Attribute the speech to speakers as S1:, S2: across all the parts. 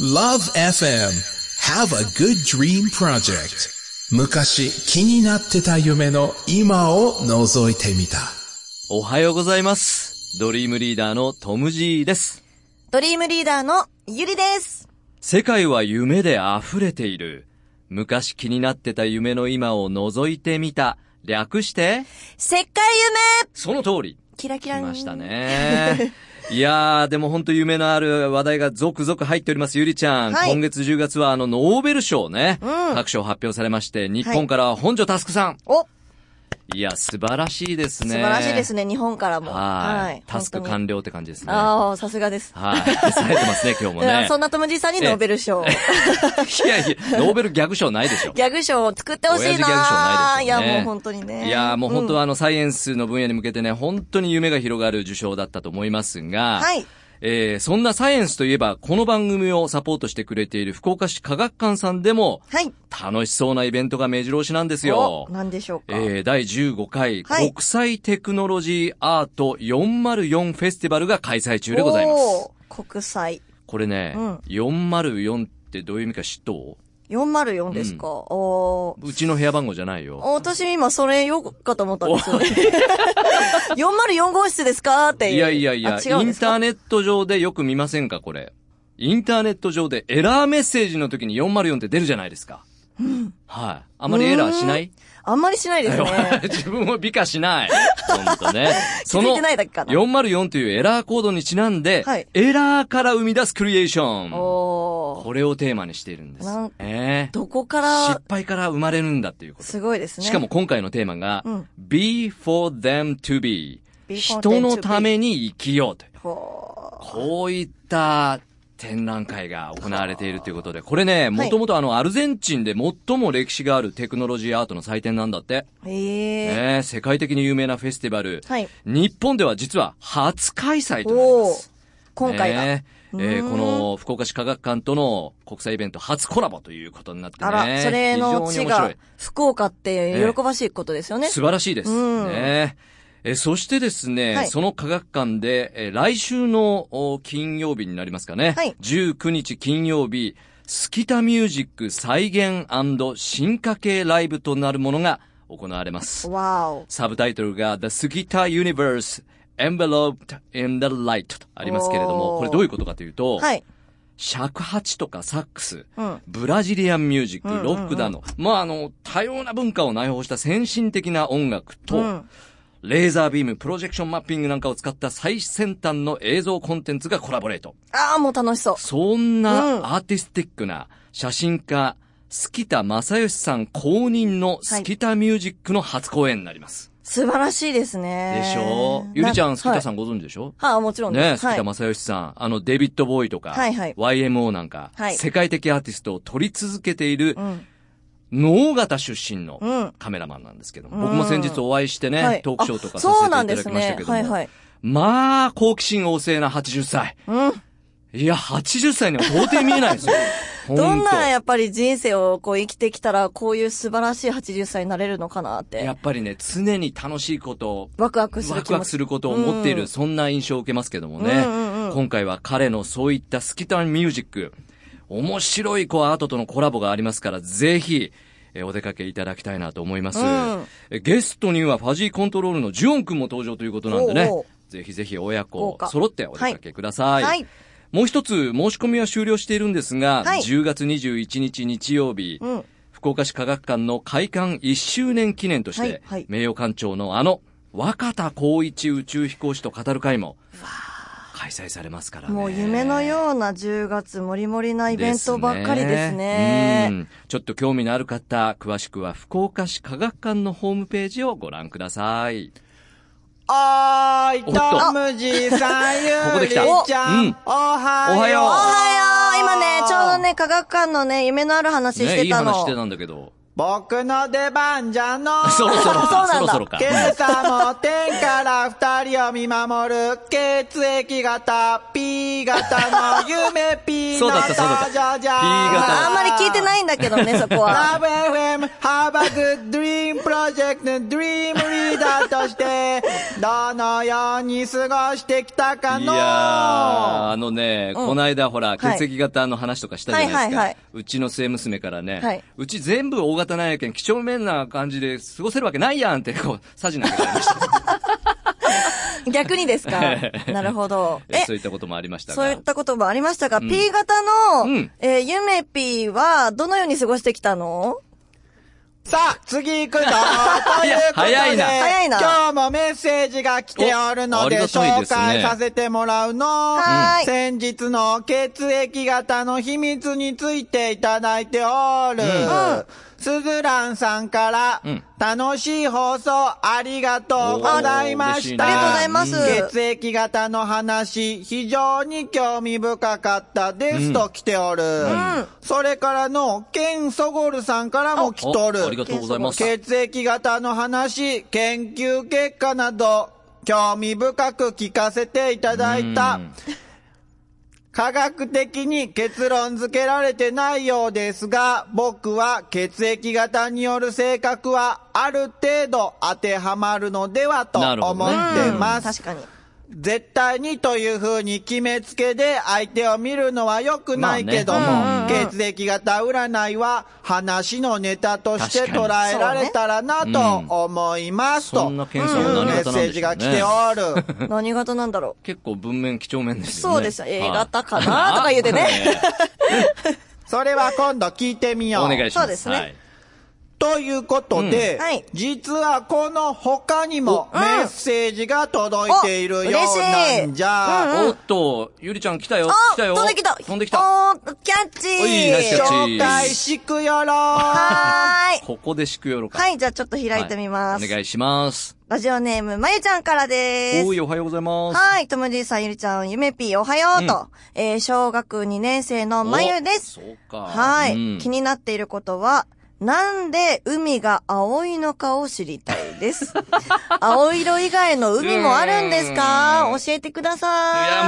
S1: Love FM Have a Good Dream Project 昔気になってた夢の今を覗いてみた。
S2: おはようございます。ドリームリーダーのトム・ジーです。
S3: ドリームリーダーのゆりです。
S2: 世界は夢で溢れている。昔気になってた夢の今を覗いてみた。略して、
S3: 世界夢
S2: その通り。
S3: キラキラ
S2: 来
S3: ン
S2: ました。ね。いやー、でも本当夢のある話題が続々入っております。ゆりちゃん、
S3: はい
S2: 今月10月はあの、ノーベル賞ね、
S3: うん
S2: 各賞発表されまして、日本から本庄タスクさん。
S3: お
S2: いや、素晴らしいです
S3: 素
S2: ね。
S3: 晴らしいです
S2: ね。
S3: ね、日本からも。
S2: はい。タスク
S3: 本当に
S2: 完了って感じですね。は
S3: ああ、さすがで
S2: い。
S3: す。
S2: 冴えてますね、今日も
S3: いや
S2: ね。
S3: そんな友人さんにノーベ ル賞。
S2: いやいや、ノーベルギャグ賞ないでしょ。
S3: ギャグ賞を作ってほしいな
S2: 親父ギャグ賞ないですよね
S3: や、もう本当にね。
S2: いやーもう本当
S3: は、
S2: はあの、サイエンスの分野に向けてね、本当に夢が広がる受賞だったと思いますが、
S3: はい。
S2: えー、そんなサイエンスといえば、この番組をサポートしてくれている福岡市科学館さんでも、
S3: はい。
S2: 楽しそうなイベントが目白押しなんですよ
S3: お。何でしょうか。
S2: えー、第15回、
S3: はい
S2: 国際テクノロジーアート404フェスティバルが開催中でございます。
S3: おー。国際。
S2: これね、
S3: うん
S2: 404ってどういう意味か知っと
S3: 404ですか。おー
S2: ううちの部屋番号じゃないよ。
S3: 私今それよかと思ったんですよね。404号 室ですかっていう。
S2: いやいやいや、
S3: あ
S2: イ
S3: 違うんで
S2: ン
S3: すか
S2: ターネット上でよく見ませんか、これ。インターネット上でエラーメッセージの時に404って出るじゃないですか。はい。あまりエラーしない
S3: あんまりしないですね。
S2: 自分も美化しない。ほんとね。
S3: 気
S2: そ
S3: づい
S2: の
S3: てないだけかな。
S2: 404というエラーコードにちなんで、
S3: はい
S2: エラーから生み出すクリエーション。こ
S3: おー。
S2: れをテーマにしているんです
S3: なん。
S2: ええ
S3: どこか
S2: 失
S3: ら、
S2: 敗から生まれるんだっていうこと。
S3: すごいですね。
S2: しかも、今回のテーマが、
S3: うん
S2: be for them to be.
S3: Be for them to
S2: 人のために生きようという。
S3: ほ
S2: こういった展覧会が行われているということで、これね、もともとあの、アルゼンチンで最も歴史があるテクノロジーアートの祭典なんだって。
S3: ー。ええ
S2: ねえ、世界的に有名なフェスティバル。
S3: はい
S2: 日本では実は初開催となりま
S3: お
S2: す
S3: ー。。今回が。
S2: ねええー
S3: うーん
S2: この福岡市科学館との国際イベント初コラボということになってね。
S3: あら、それの
S2: 非常に
S3: 地
S2: 面白
S3: が
S2: い。、
S3: 福岡って喜ばしいことですよね。
S2: 素晴らしいです。
S3: うん
S2: ねええそしてですね、
S3: はい
S2: その科学館で、え来週のお金曜日になりますかね、
S3: はい
S2: 19日金曜日、スキタミュージック再現進化系ライブとなるものが行われます。
S3: わお。
S2: サブタイトルが The Sugita Universe Enveloped in the Light とありますけれども、
S3: おー
S2: これどういうことかというと、
S3: はい。
S2: 尺八とかサックス、
S3: うん
S2: ブラジリアンミュージック、
S3: うんうん
S2: ロックだの、まあ、あの、多様な文化を内包した先進的な音楽と、
S3: うん
S2: レーザービーム、プロジェクションマッピングなんかを使った最先端の映像コンテンツがコラボレート。
S3: ああ、もう楽しそう。
S2: そん
S3: うん
S2: なアーティスティックな写真家、月田正義さん公認の月田ミュージックの初公演になります。
S3: 素晴らしいですね。
S2: でしょうゆりちゃん、月田
S3: ん。
S2: さんご存知でしょ、
S3: はい、あもちろん
S2: ね
S3: で
S2: え、
S3: す。
S2: 杉
S3: はい
S2: 田。正義さん、あの、デビッド・ボーイとか、
S3: はいはい
S2: YMO なんか、
S3: はい
S2: 世界的アーティストを撮り続けている
S3: う、ん。
S2: 能形出身の
S3: うん
S2: カメラマンなんですけども、
S3: うん
S2: 僕も先日お会いしてね、
S3: はい
S2: トークショーとか
S3: あ
S2: させて
S3: そ
S2: いうた
S3: な
S2: だきま
S3: んで
S2: した
S3: すね
S2: け。ども、
S3: はいはい。
S2: まあ、好奇心旺盛な80歳。
S3: うん。
S2: いや、80歳には到底見えないですよ。ほ
S3: どん
S2: と
S3: なやっぱり人生をこう生きてきたら、こういう素晴らしい80歳になれるのかなっ
S2: や
S3: て。
S2: っぱりね、常に楽しいこと、
S3: ワクワクする
S2: ワ
S3: 気
S2: ク
S3: 持ち。
S2: ワクすることを持っている、
S3: うん
S2: そんな印象を受けますけどもね、
S3: うんうんうん
S2: 今回は彼のそういったスキタンミュージック、面白いこうアートとのコラボがありますから、ぜひ、えーお出かけいただきたいなと思います、
S3: うん
S2: えゲストにはファジーコントロールのジュオン君も登場ということなんでね
S3: おうおう、
S2: ぜひぜひ親子
S3: 豪華
S2: 揃ってお出かけください。
S3: はい
S2: もう一つ、申し込みは終了しているんですが、
S3: はい
S2: 10月21日日曜日、
S3: うん。
S2: 福岡市科学館の開館1周年記念として、
S3: はいはい
S2: 名誉館長のあの、若田光一宇宙飛行士と語る会も、開催されますからね。
S3: もう夢のような10月もりもりなイベントばっかりです
S2: ですねう
S3: ね。
S2: んちょっと興味のある方、詳しくは福岡市科学館のホームページをご覧ください。
S4: おーい、
S2: おっと
S4: トムジーさん、ゆ
S2: こで
S4: う
S2: 来
S4: り
S2: た
S4: ちゃ
S2: うん
S4: ん、おはよう。
S2: おはよう
S3: おはよう今ね、ちょうどね、科学館のね、夢のある話し
S2: ね、
S3: て
S2: いい
S3: た
S2: 話し
S3: の。
S2: てたんだけど。。
S4: 僕の出番じゃ の
S2: そろそろ
S3: そうな
S2: か
S3: ん、だ
S2: そろそろか。
S4: 今朝も天から二人を見守る血液型 P 型の夢
S3: ピ
S4: P
S3: ー
S2: そう
S3: の
S2: だった、
S3: 後
S2: そうだった。
S4: じゃじゃ
S2: P
S4: ー
S2: 型。
S3: あんまり聞いてないんだけど ね、そこは。
S4: ラブ FM Have a good dream project の dream リーダーとして、どのように過ごしてきたか
S2: い
S4: の
S2: やー、あのね、
S3: うん
S2: こないだほら、
S3: はい
S2: 血液型の話とかしたじゃないですか。
S3: はいはいはいう
S2: ちの末娘からね、
S3: はいう
S2: ち全部大型なんやけん、貴重面な感じで過ごせるわけないやんって、こう、さじなげられました。
S3: 逆 にですかなるほど。
S2: え
S3: え
S2: そう、いったこともありました
S3: そうい
S2: が
S3: っ。たこともありましたが、P 型の、
S2: うん
S3: えーゆめ P は、どのように過ごしてきたの
S4: さあ、次 行くぞということで、
S2: 早いな
S3: 早いな
S4: 今日もメッセージが来ておる
S2: おあ
S4: の
S2: り
S4: で、
S2: がたいで
S4: 紹
S2: すね
S4: 介させてもらうの。
S3: はーい
S4: 先日の血液型の秘密についていただいておる。
S3: ん
S4: すずらんさんから、
S2: うん
S4: 楽しい放送ありがとうございま
S2: おー嬉
S4: した。
S2: しいねありがとうござい
S3: ます
S4: 血液型の話、非常に興味深かったです、と来ておる。
S3: ん
S4: それからの、ケン・ソゴルさんからも来とる。
S2: おありがとうございます。
S4: 血液型の話、研究結果など、興味深く聞かせていただいた
S2: う。ん
S4: 科学的に結論付けられてないようですが、僕は血液型による性格はある程度当てはまるのではと
S2: なるほ
S4: 思
S2: ど
S4: っ
S2: ね
S4: てま
S3: うん
S4: す。
S3: 確かに。
S4: 絶対にという風に決めつけで相手を見るのは良くないけども、
S2: ま
S3: あねうんうんうん
S4: 血液型占いは話のネタとして
S2: 確
S4: 捉
S2: か
S3: に
S4: えられたらな
S2: そうね
S4: と思いますと、
S2: そんな
S4: いうメ
S2: 検査は何
S4: ッ
S2: 型なん
S4: セー
S2: でし
S4: ジ
S2: ょうね
S4: が来て おる。
S3: 何型なんだろ
S2: 結構文面貴重面ですよね。
S3: そうですよ A 型かな
S2: はい
S3: とか言うてね
S4: それは今度聞いてみ
S2: お
S4: よう。
S2: 願いします。
S3: そうですね
S2: はい
S4: ということで、
S3: うんはい
S4: 実はこの他にも
S3: おう
S4: メ
S3: ん
S4: ッセージが届いているよ
S3: お
S4: うなんじゃ。
S3: 嬉しいうんうん
S2: おっと、ゆりちゃん来たよ
S3: う。あ
S2: 来たよ。
S3: 飛んできた
S2: 飛んできた。
S3: おー、キャッチ
S2: おいナイスキャッチ
S4: 紹介しくよろ
S3: はーい。
S2: ここでしくよろか。
S3: はい、じゃあちょっと開いてみます。
S2: はいお願いします。
S3: ラジオネーム、まゆちゃんからです
S2: お。い、おはようございます。
S3: はい、ともじいさん、ゆりちゃん、ゆめぴー、おはようと、えー小学2年生のまゆです
S2: お。そうか。
S3: はい、
S2: うん
S3: 気になっていることは、なんで海が青いのかを知りたい です。青色以外の海もあるんですか
S2: うーん
S3: 教えてくだ
S2: い
S3: さ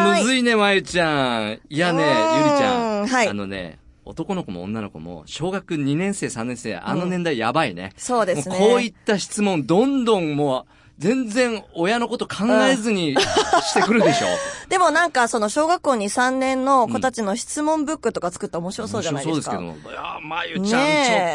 S2: や、
S3: い。
S2: むずいね、まゆちゃん。いやね、
S3: う
S2: ゆり
S3: ーん
S2: ちゃん。
S3: はい
S2: あのね、男の子も女の子も、小学2年生、3年生、あの年代やばいね。
S3: そうですね
S2: もうこういった質問、どんどんもう、全然親のこと考えずに してくるでしょ。
S3: でもなんか、その小学校に3年の子たちの質問ブックとか作ったら面白 そうじゃないですか。
S2: 面白そうですけども。いやー、まゆち
S3: ね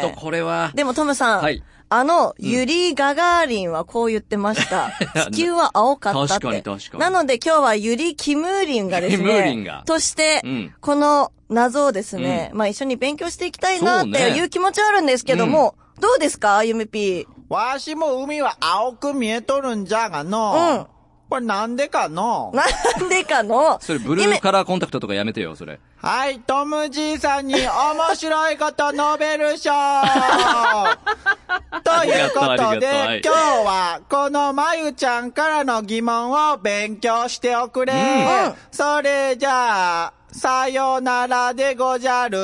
S2: ゃん、
S3: え
S2: ちょっとこれは。
S3: でもトムさん、
S2: はい
S3: あの、ユリー・ガガーリンはこう言ってま した。地球は青かったって。
S2: 確かに確かに
S3: なので今日はユリ・キムーリンがですね、
S2: キムーリンが
S3: として、
S2: うん
S3: この謎をですね、まあ一緒に勉強していきたいなっ
S2: そう
S3: て
S2: ね
S3: いう気持ちはあるんですけども、どうですかゆめぴー。
S4: わしも海は青く見えとるんじゃがの。
S3: うん
S4: これなんでかの
S3: なんでかの、
S2: それ、ブル
S3: ゆ
S2: ー
S3: め
S2: カラーコンタクトとかやめてよ、それ。
S4: はい、トムじいさんに面白いことノーベ ル賞
S2: ありがとうあ
S4: ということ
S2: りがとうは
S4: で
S2: い、
S4: 今日はこのまゆちゃんからの疑問を勉強しておくれ。
S3: ん
S4: それじゃあ、さよならでごじゃる。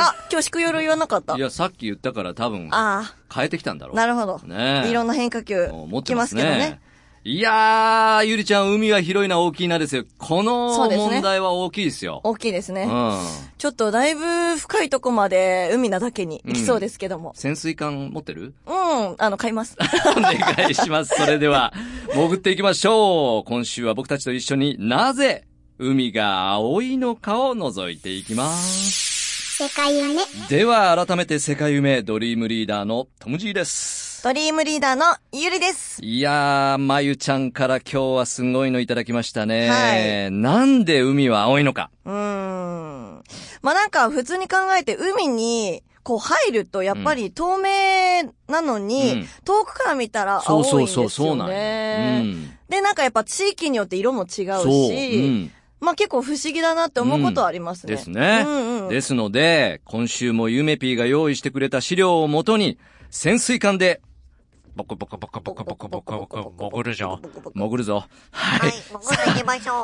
S3: あ、今日しくよろ言わなかった。
S2: いや、さっき言ったから多分、
S3: あ
S2: 変えてきたんだろ
S3: あ、
S2: う。
S3: なるほど。
S2: ねえ
S3: いろんな変化球、
S2: 持って
S3: き
S2: ま
S3: ますす
S2: ね。
S3: けどね。
S2: いやー、ゆりちゃん、海は広いな、大きいなですよ。この
S3: そうですね
S2: 問題は大きいですよ。
S3: 大きいですね。
S2: うん。
S3: ちょっとだいぶ深いとこまで海なだけに行きそうですけども。
S2: 潜水艦持ってる
S3: うん、あの、買います。
S2: お願いします。それでは、潜っていきましょう。今週は僕たちと一緒になぜ海が青いのかを覗いていきます。
S5: 世界はね、
S2: では、改めて世界夢ドリームリーダーのトム・ジーです。
S3: ドリームリーダーのゆりです。
S2: いやー、まゆちゃんから今日はすごいのいただきましたね。
S3: は
S2: なんで海は青いのか。
S3: うーん。まあ、なんか普通に考えて海に、こう入るとやっぱり透明なのに、
S2: うん
S3: 遠くから見たら
S2: そ
S3: 青
S2: う
S3: いんです
S2: そ
S3: よね。
S2: うそう、そうなんやうん。
S3: で、なんかやっぱ地域によって色も違
S2: そ
S3: う
S2: う
S3: し、
S2: うん
S3: まあ結構不思議だなって思うことはありますね。
S2: ですね。
S3: うんうん。
S2: ですので、今週もゆめぴーが用意してくれた資料をもとに、潜水艦で、ボコボコボコボコボコボコボコ、潜るぞ。潜るぞ。はい。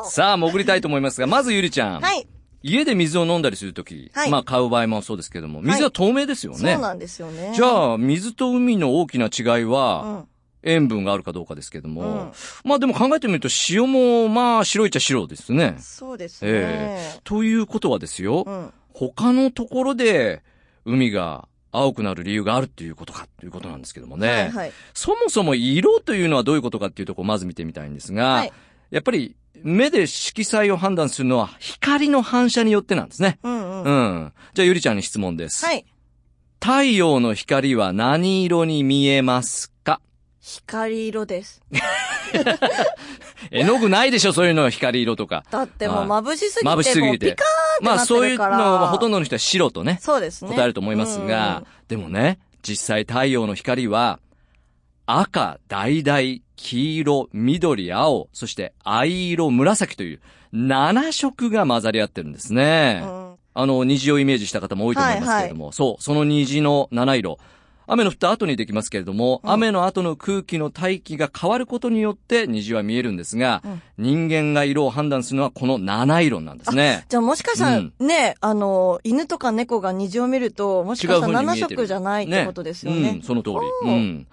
S2: さあ、潜りたいと思いますが、まずゆりちゃん。
S3: はい。
S2: 家で水を飲んだりするとき、
S3: はい
S2: まあ買う場合もそうですけども、水は透明ですよ
S3: そう
S2: ね。
S3: なんですよね。
S2: じゃあ、水と海の大きな違いは、
S3: うん
S2: 塩分があるかどうかですけども。
S3: うん
S2: まあでも考えてみると塩も、まあ白いっちゃ白ですね。
S3: そうですね。
S2: ええということはですよ、
S3: うん。
S2: 他のところで海が青くなる理由があるっていうことかということなんですけどもね。
S3: はいはい。
S2: そもそも色というのはどういうことかっていうとこをまず見てみたいんですが、
S3: はい
S2: やっぱり目で色彩を判断するのは光の反射によってなんですね。
S3: うんう。
S2: うんん。じゃあゆりちゃんに質問です。
S3: はい。
S2: 太陽の光は何色に見えますか
S3: 光色です。
S2: 絵の具ないでしょ、そういうの光色とか。
S3: だってもう
S2: は
S3: 眩しすぎて、
S2: 眩しす
S3: もう
S2: ぎ
S3: ピ
S2: て
S3: カ。ーって
S2: ま
S3: な
S2: あ
S3: って
S2: そうい
S3: る
S2: う
S3: から。
S2: のはほとんどの人は白とね、
S3: そうですね。
S2: 答えると思いますが、でもね、実際太陽の光は赤、橙、黄色、緑、青、そして藍色、紫という7色が混ざり合ってるんです
S3: う
S2: ね。
S3: ん、うん
S2: あの、虹をイメージした方も多いと思いますけれども、そう、その虹の七色。雨の降った後にできますけれども、
S3: うん
S2: 雨の後の空気の大気が変わることによって虹は見えるんですが、
S3: うん
S2: 人間が色を判断するのはこの七色なんですね。
S3: じゃあもしかしたら、
S2: うん
S3: ね、あの、犬とか猫が虹を見ると、もしかしたら
S2: 違う風に
S3: 7
S2: 見えてる
S3: 色じゃないってことですよね。
S2: うん、その通り。
S3: お
S2: う
S3: ー
S2: ん。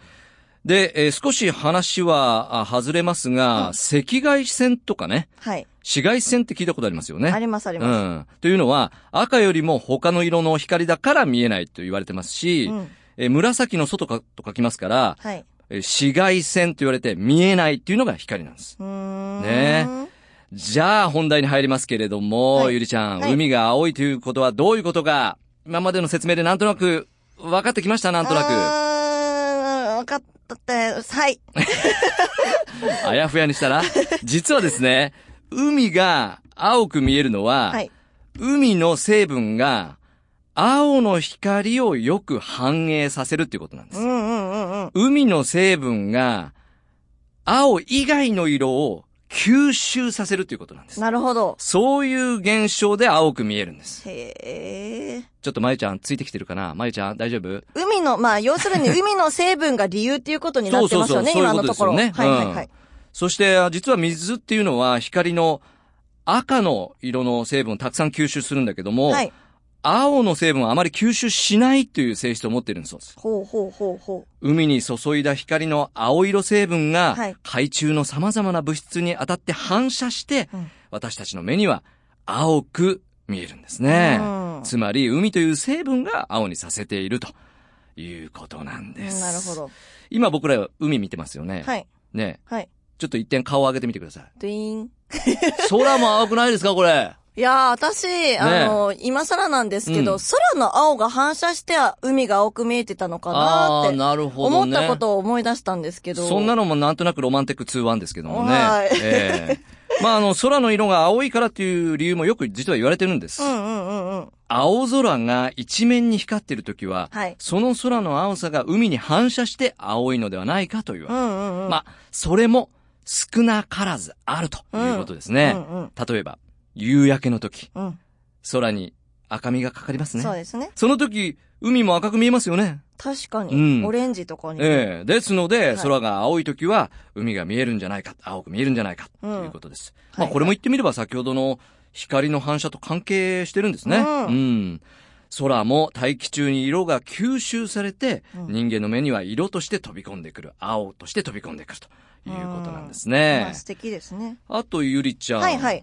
S2: で、えー少し話はあ外れますが、赤外線とかね、
S3: はい。
S2: 紫外線って聞いたことありますよね。
S3: ありますあり
S2: う
S3: ま
S2: ん。というのは、赤よりも他の色の光だから見えないと言われてます
S3: す。
S2: し、
S3: うん。
S2: えー紫の外かと書きますから、
S3: はい。
S2: えー紫外線と言われて見えないっていうのが光なんです。
S3: うーん。
S2: ねじゃあ本題に入りますけれども、
S3: はい
S2: ゆりちゃん、
S3: はい
S2: 海が青いということはどういうことか、今までの説明でなんとなく分かってきました、なんとなく。
S3: うーん、わかったって、はい。
S2: あやふやにした ら、実はですね、海が青く見えるのは、
S3: はい。
S2: 海の成分が青の光をよく反映させるっていうことなんで
S3: う
S2: す。
S3: んうんうんうん。
S2: 海の成分が青以外の色を吸収させるということなんです。
S3: なるほど。
S2: そういう現象で青く見えるんです。
S3: へえ。
S2: ちょっとまゆちゃんついてきてるかなまゆちゃん大丈夫
S3: 海の、まあ、要す るに海の成分が理由っていうことになってます
S2: そ
S3: よね、
S2: うそうそう
S3: 今のところ。
S2: そういうことです
S3: はい
S2: よね
S3: はいはい。
S2: そして、あ実は水っていうのは光の赤の色の成分をたくさん吸収するんだけども、
S3: はい。
S2: 青の成分はあまり吸収しないという性質を持っているんです。
S3: ほうほうほうほ
S2: 海に注いだ光の青色成分が、
S3: はい
S2: 海中の様々な物質に当たって反射して、
S3: うん
S2: 私たちの目には青く見えるんです
S3: う。
S2: ね。
S3: うん
S2: つまり、海という成分が青にさせているということなんです。
S3: なるほ。ど。
S2: 今僕らは海見てますよね。
S3: はい。
S2: ね
S3: はい。
S2: ちょっと一点顔を上げてみてください。
S3: ドゥイーン。
S2: 空も青くないですか、これ。
S3: いやー、私、あの、今更なんですけど、
S2: うん
S3: 空の青が反射して海が青く見えてた のかな
S2: あ
S3: ー
S2: あー、
S3: って
S2: なるほど
S3: 思っ
S2: ね。
S3: たことを思い出したんですけど。
S2: そんなのもなんとなくロマンテック2-1ですけどもね。
S3: はい
S2: ええまあ、あの、空の色が青いからっていう理由もよく実は言われてるんです。
S3: うんうんうんうん。
S2: 青空が一面に光ってる時は、
S3: はい
S2: その空の青さが海に反射して青いのではないかという、
S3: うんうんうん。
S2: まあ、それも少なからずあるということですね。
S3: うんうん
S2: 例えば、夕焼けの時、
S3: うん。
S2: 空に赤みがかかりますね。
S3: そうですね。
S2: その時、海も赤く見えますよね。
S3: 確かに、
S2: うん
S3: オレンジとかに。
S2: ええですので、
S3: はい
S2: 空が青い時は、海が見えるんじゃないか、青く見えるんじゃないか、ということです。
S3: はい
S2: まあ、これも言ってみれば先ほどの光の反射と関係してるんですね。
S3: うん
S2: ん空も大気中に色が吸収されて、
S3: うん
S2: 人間の目には色として飛び込んでくる、青として飛び込んでくるということなんです
S3: ま
S2: ね
S3: あ、。素敵ですね。
S2: あと、ゆりちゃん。
S3: はいはい。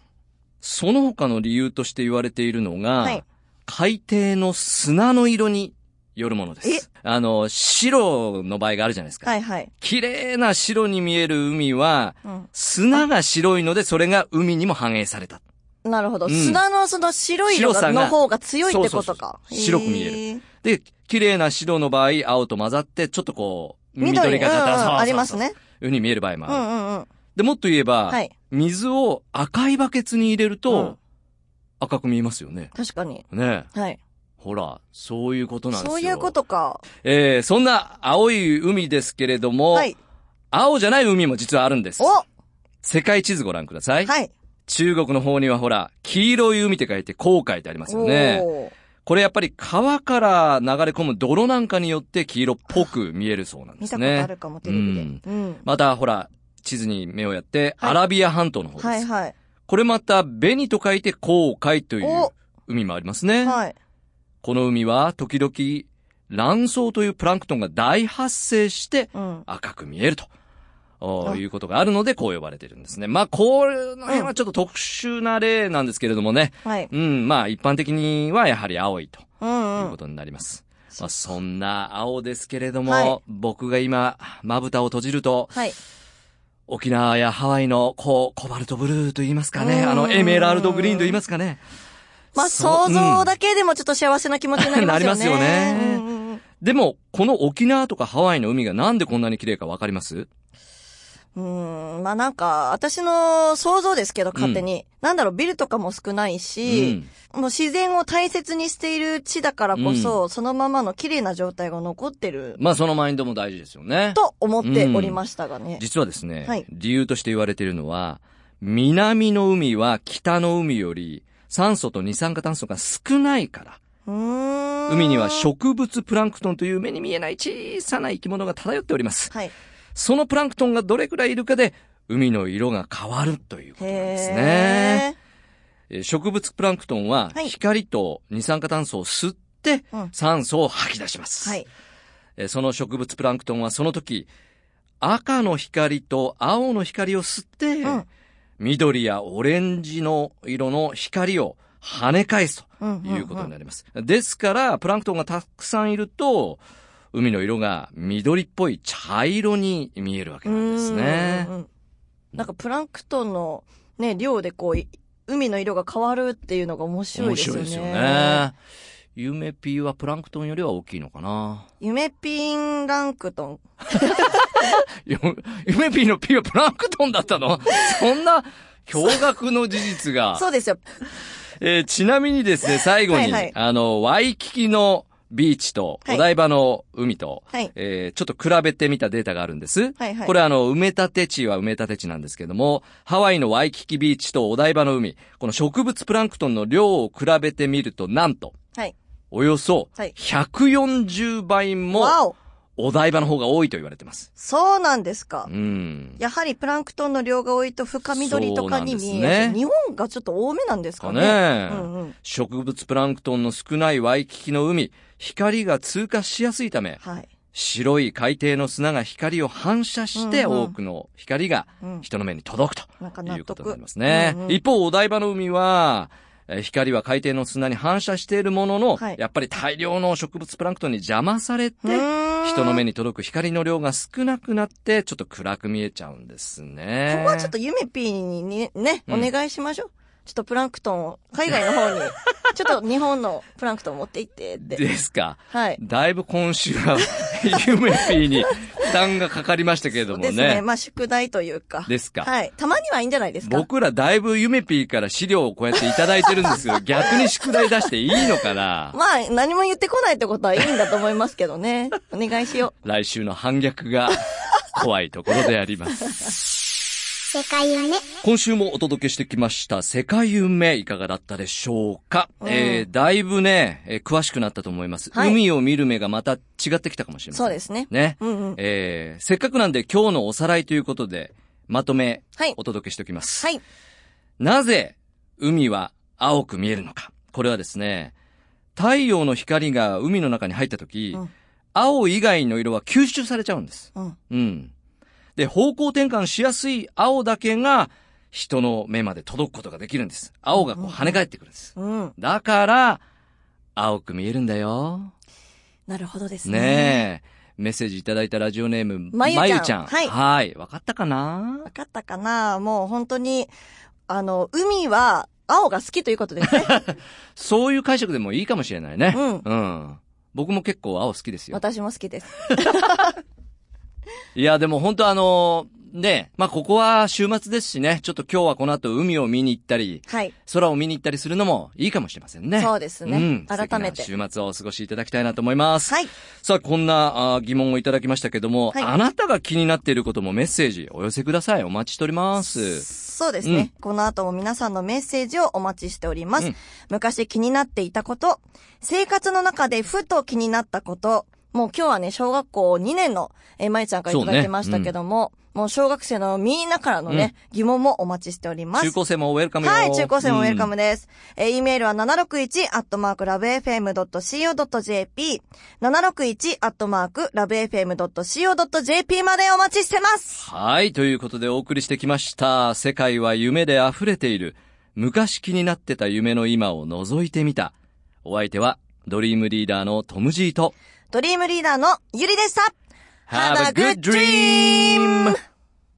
S2: その他の理由として言われているのが、
S3: はい
S2: 海底の砂の色によるもので
S3: え
S2: す。あの、白の場合があるじゃないですか。
S3: はいはい。
S2: 綺麗な白に見える海は、
S3: うん。
S2: 砂が白いので、それが海にも反映された。
S3: なるほど。
S2: うん
S3: 砂のその白い色
S2: 白さ
S3: が
S2: が
S3: の方が強いってことか。
S2: そうそうそう白く見える
S3: へー
S2: で、綺麗な白の場合、青と混ざって、ちょっとこう、
S3: 緑
S2: 緑
S3: が
S2: がかった、そうそうそう
S3: あります。ね。
S2: いうふうに見える場合も
S3: うん
S2: ある。
S3: うんうん。
S2: で、もっと言えば、
S3: はい
S2: 水を赤いバケツに入れると、
S3: うん
S2: 赤く見えますよね。
S3: 確かに。
S2: ねえ
S3: はい。
S2: ほら、そういうことなんですよ。
S3: そういうこ。とか。
S2: えー、そんな青い海ですけれども、
S3: はい。
S2: 青じゃない海も実はあるんです
S3: お。
S2: 世界地図ご覧ください。
S3: はい。
S2: 中国の方にはほら、黄色い海って書いて、黄海ってありますよね。
S3: おー
S2: これやっぱり川から流れ込む泥なんかによって黄色っぽく見えるそうなんで
S3: 見
S2: す
S3: たこと
S2: ね
S3: あ。るかも、テレビで。うん。
S2: またほら、地図に目をやって、
S3: はい
S2: アラビア半島の方です。
S3: はいはい。
S2: これまた、ベニと書いて紅海という
S3: お
S2: 海もありますね。
S3: はい。
S2: この海は時々卵巣というプランクトンが大発生して
S3: うん、
S2: 赤く見えると。お
S3: あ
S2: いうことがあるので、こう呼ばれてるんですね。まあ、この辺はちょっと特殊な例なんですけれどもね。
S3: はい。
S2: うん、まあ、一般的にはやはり青いと
S3: う
S2: いうん
S3: う
S2: こ
S3: ん。
S2: とになります。まあ、そんな青ですけれども、
S3: はい
S2: 僕が今、まぶたを閉じると、
S3: はい。
S2: 沖縄やハワイの、こう、コバルトブルーと言いますかね。
S3: うん
S2: あの、エメラルドグリーンと言いますかね。
S3: まあ、
S2: そう
S3: 想像だけでもちょっと幸せな気持ちになりますよね。
S2: なりますよね
S3: うんうんうん
S2: でも、この沖縄とかハワイの海がなんでこんなに綺麗かわかります
S3: うーん、まあなんか、私の想像ですけど、勝手に。なんだろう、ビルとかも少ないうし、
S2: ん。
S3: もう自然を大切にしている地だからこそ、そのままの綺麗な状態が残ってる、
S2: まあ、そのマインドも大事ですよね。
S3: と思っておりましたがね。
S2: 実はですね、
S3: はい
S2: 理由として言われているのは、南の海は北の海より酸素と二酸化炭素が少ないから、
S3: うーん。
S2: 海には植物プランクトンという目に見えない小さな生き物が漂っております。
S3: はい。
S2: そのプランクトンがどれくらいいるかで、海の色が変わるということなんですね。
S3: へ
S2: えー植物プランクトンは
S3: はい
S2: 光と二酸化炭素を吸って
S3: うん
S2: 酸素を吐き出しま
S3: ー。
S2: す。
S3: はい。
S2: えーその植物プランクトンはその時、赤の光と青の光を吸って、
S3: うん
S2: 緑やオレンジの色の光を跳ね返す
S3: うん
S2: ということになります。ですから、プランクトンがたくさんいると、海の色が緑っぽい茶色に見えるわけなんですね
S3: う。んうんうんなんかプランクトンのね、量でこう、い海の色が変わるっていうのが面白い
S2: 面
S3: ですよ
S2: 白
S3: ね。
S2: いですよね。ゆめぴーはプランクトンよりは大きいのかな
S3: 夢ピンランクトン。
S2: ゆゆめぴーのピーはプランクトンだったのそんな驚愕の事実が。
S3: そうですよ。
S2: えーちなみにですね、最後に、
S3: はいはい
S2: あの、ワイキキのビーチと、
S3: はい
S2: お台場の海と、
S3: はい
S2: えーちょっと比べてみたデータがあるんです。
S3: はいはい
S2: これあの、埋め立て地は埋め立て地なんですけども、ハワイのワイキキビーチとお台場の海、この植物プランクトンの量を比べてみると、なんと、
S3: はい。
S2: およそ
S3: はい
S2: 140倍も、
S3: わお
S2: お台場の方が多いと言われてます。
S3: そうなんですか
S2: う。ん。
S3: やはりプランクトンの量が多いと深緑とかに見
S2: そう
S3: え
S2: なんです
S3: る。
S2: ね
S3: 日本がちょっと多めなんですか
S2: か
S3: ね。
S2: ね
S3: うんうん。
S2: 植物プランクトンの少ないワイキキの海、光が通過しやすいため、
S3: はい。
S2: 白い海底の砂が光を反射して、
S3: うんうん
S2: 多くの光が
S3: うん
S2: 人の目に届くと
S3: なんか
S2: い
S3: 納
S2: うこと
S3: 得。
S2: になりますね。
S3: うんうん
S2: 一方、お台場の海は、えー光は海底の砂に反射しているものの、
S3: はい
S2: やっぱり大量の植物プランクトンに邪魔されて、
S3: うーん
S2: 人の目に届く光の量が少なくなって、ちょっと暗く見えちゃうんですね。
S3: ここはちょっとゆめぴーにね、ね
S2: う
S3: お
S2: ん
S3: 願いしましょう。ちょっとプランクトンを、海外の方 に、ちょっと日本のプランクトンを持って行ってって。
S2: ですか。
S3: はい。
S2: だいぶ今週は、 ゆめぴーに負担がかかりましたけれども
S3: ですね。まあ、宿題というか。
S2: ですか
S3: はい。たまにはいいんじゃないですか。
S2: 僕らだいぶゆめぴーから資料をこうやっていただいてるん ですけど、逆に宿題出していいのかな
S3: まあ、何も言ってこないってことはいいんだと思いますけどね。お願いしよ
S2: 来週の反逆 が怖いところであります。
S5: 世界はね、
S2: 今週もお届けしてきました世界夢いかがだったでしょうか、
S3: うん
S2: えー、だいぶね、えー詳しくなったと思います、
S3: はい
S2: 海を見る目がまた違ってきたかもしれ
S3: う。
S2: ません。
S3: そうですね。
S2: ね。
S3: うんうん。
S2: えー、せっかくなんで今日のおさらいということで、まとめ
S3: はい
S2: お届けしておきます。
S3: はい。
S2: なぜ海は青く見えるのか。これはですね、太陽の光が海の中に入った時、
S3: うん
S2: 青以外の色は吸収されちゃうんです。
S3: うん。
S2: うん。で、方向転換しやすい青だけが人の目まで届くことができるんです。青がこう跳ね返ってくるんです。
S3: うん。
S2: だから、青く見えるんだよ。
S3: なるほどですね。
S2: ねえ。メッセージいただいたラジオネーム、
S3: まゆちゃん
S2: ちゃん。
S3: はい
S2: はい。わかったかな
S3: わかったかなもう本当に、あの、海は青が好きということ ですね。
S2: そういう解釈でもいいかもしれないね。
S3: うん
S2: うん。僕も結構青好きですよ。
S3: 私も好きです。
S2: いや、でも本当あのーね、まあ、ここは週末ですしね、ちょっと今日はこの後海を見に行ったり、
S3: はい。
S2: 空を見に行ったりするのもいいかもしれませんね。
S3: そうですね
S2: ん
S3: 改めて
S2: 素敵な週末をお過ごしいただきたいなと思います。
S3: はい。
S2: さあ、こんなあー疑問をいただきましたけども、
S3: はい
S2: あなたが気になっていることもメッセージお寄せください。お待ちしております。
S3: そうですね、この後も皆さんのメッセージをお待ちしております、
S2: うん
S3: 昔気になっていたこと、生活の中でふと気になったこと、もう今日はね、小学校2年の、えー、まゆちゃんからいただきましたけども、もう小学生のみんなからのね、疑問もお待ちしております。
S2: 中高生もウェルカムよ
S3: はい、中高生もウェルカムです。えー、E メールは761アットマークラブ FM.co.jp、761アットマークラブ FM.co.jp までお待ちしてます。
S2: はい、ということでお送りしてきました。世界は夢で溢れている。昔気になってた夢の今を覗いてみた。お相手は、ドリームリーダーのトム・ジーと、
S3: ドリームリーダーのゆりでした。
S2: Have a good dream!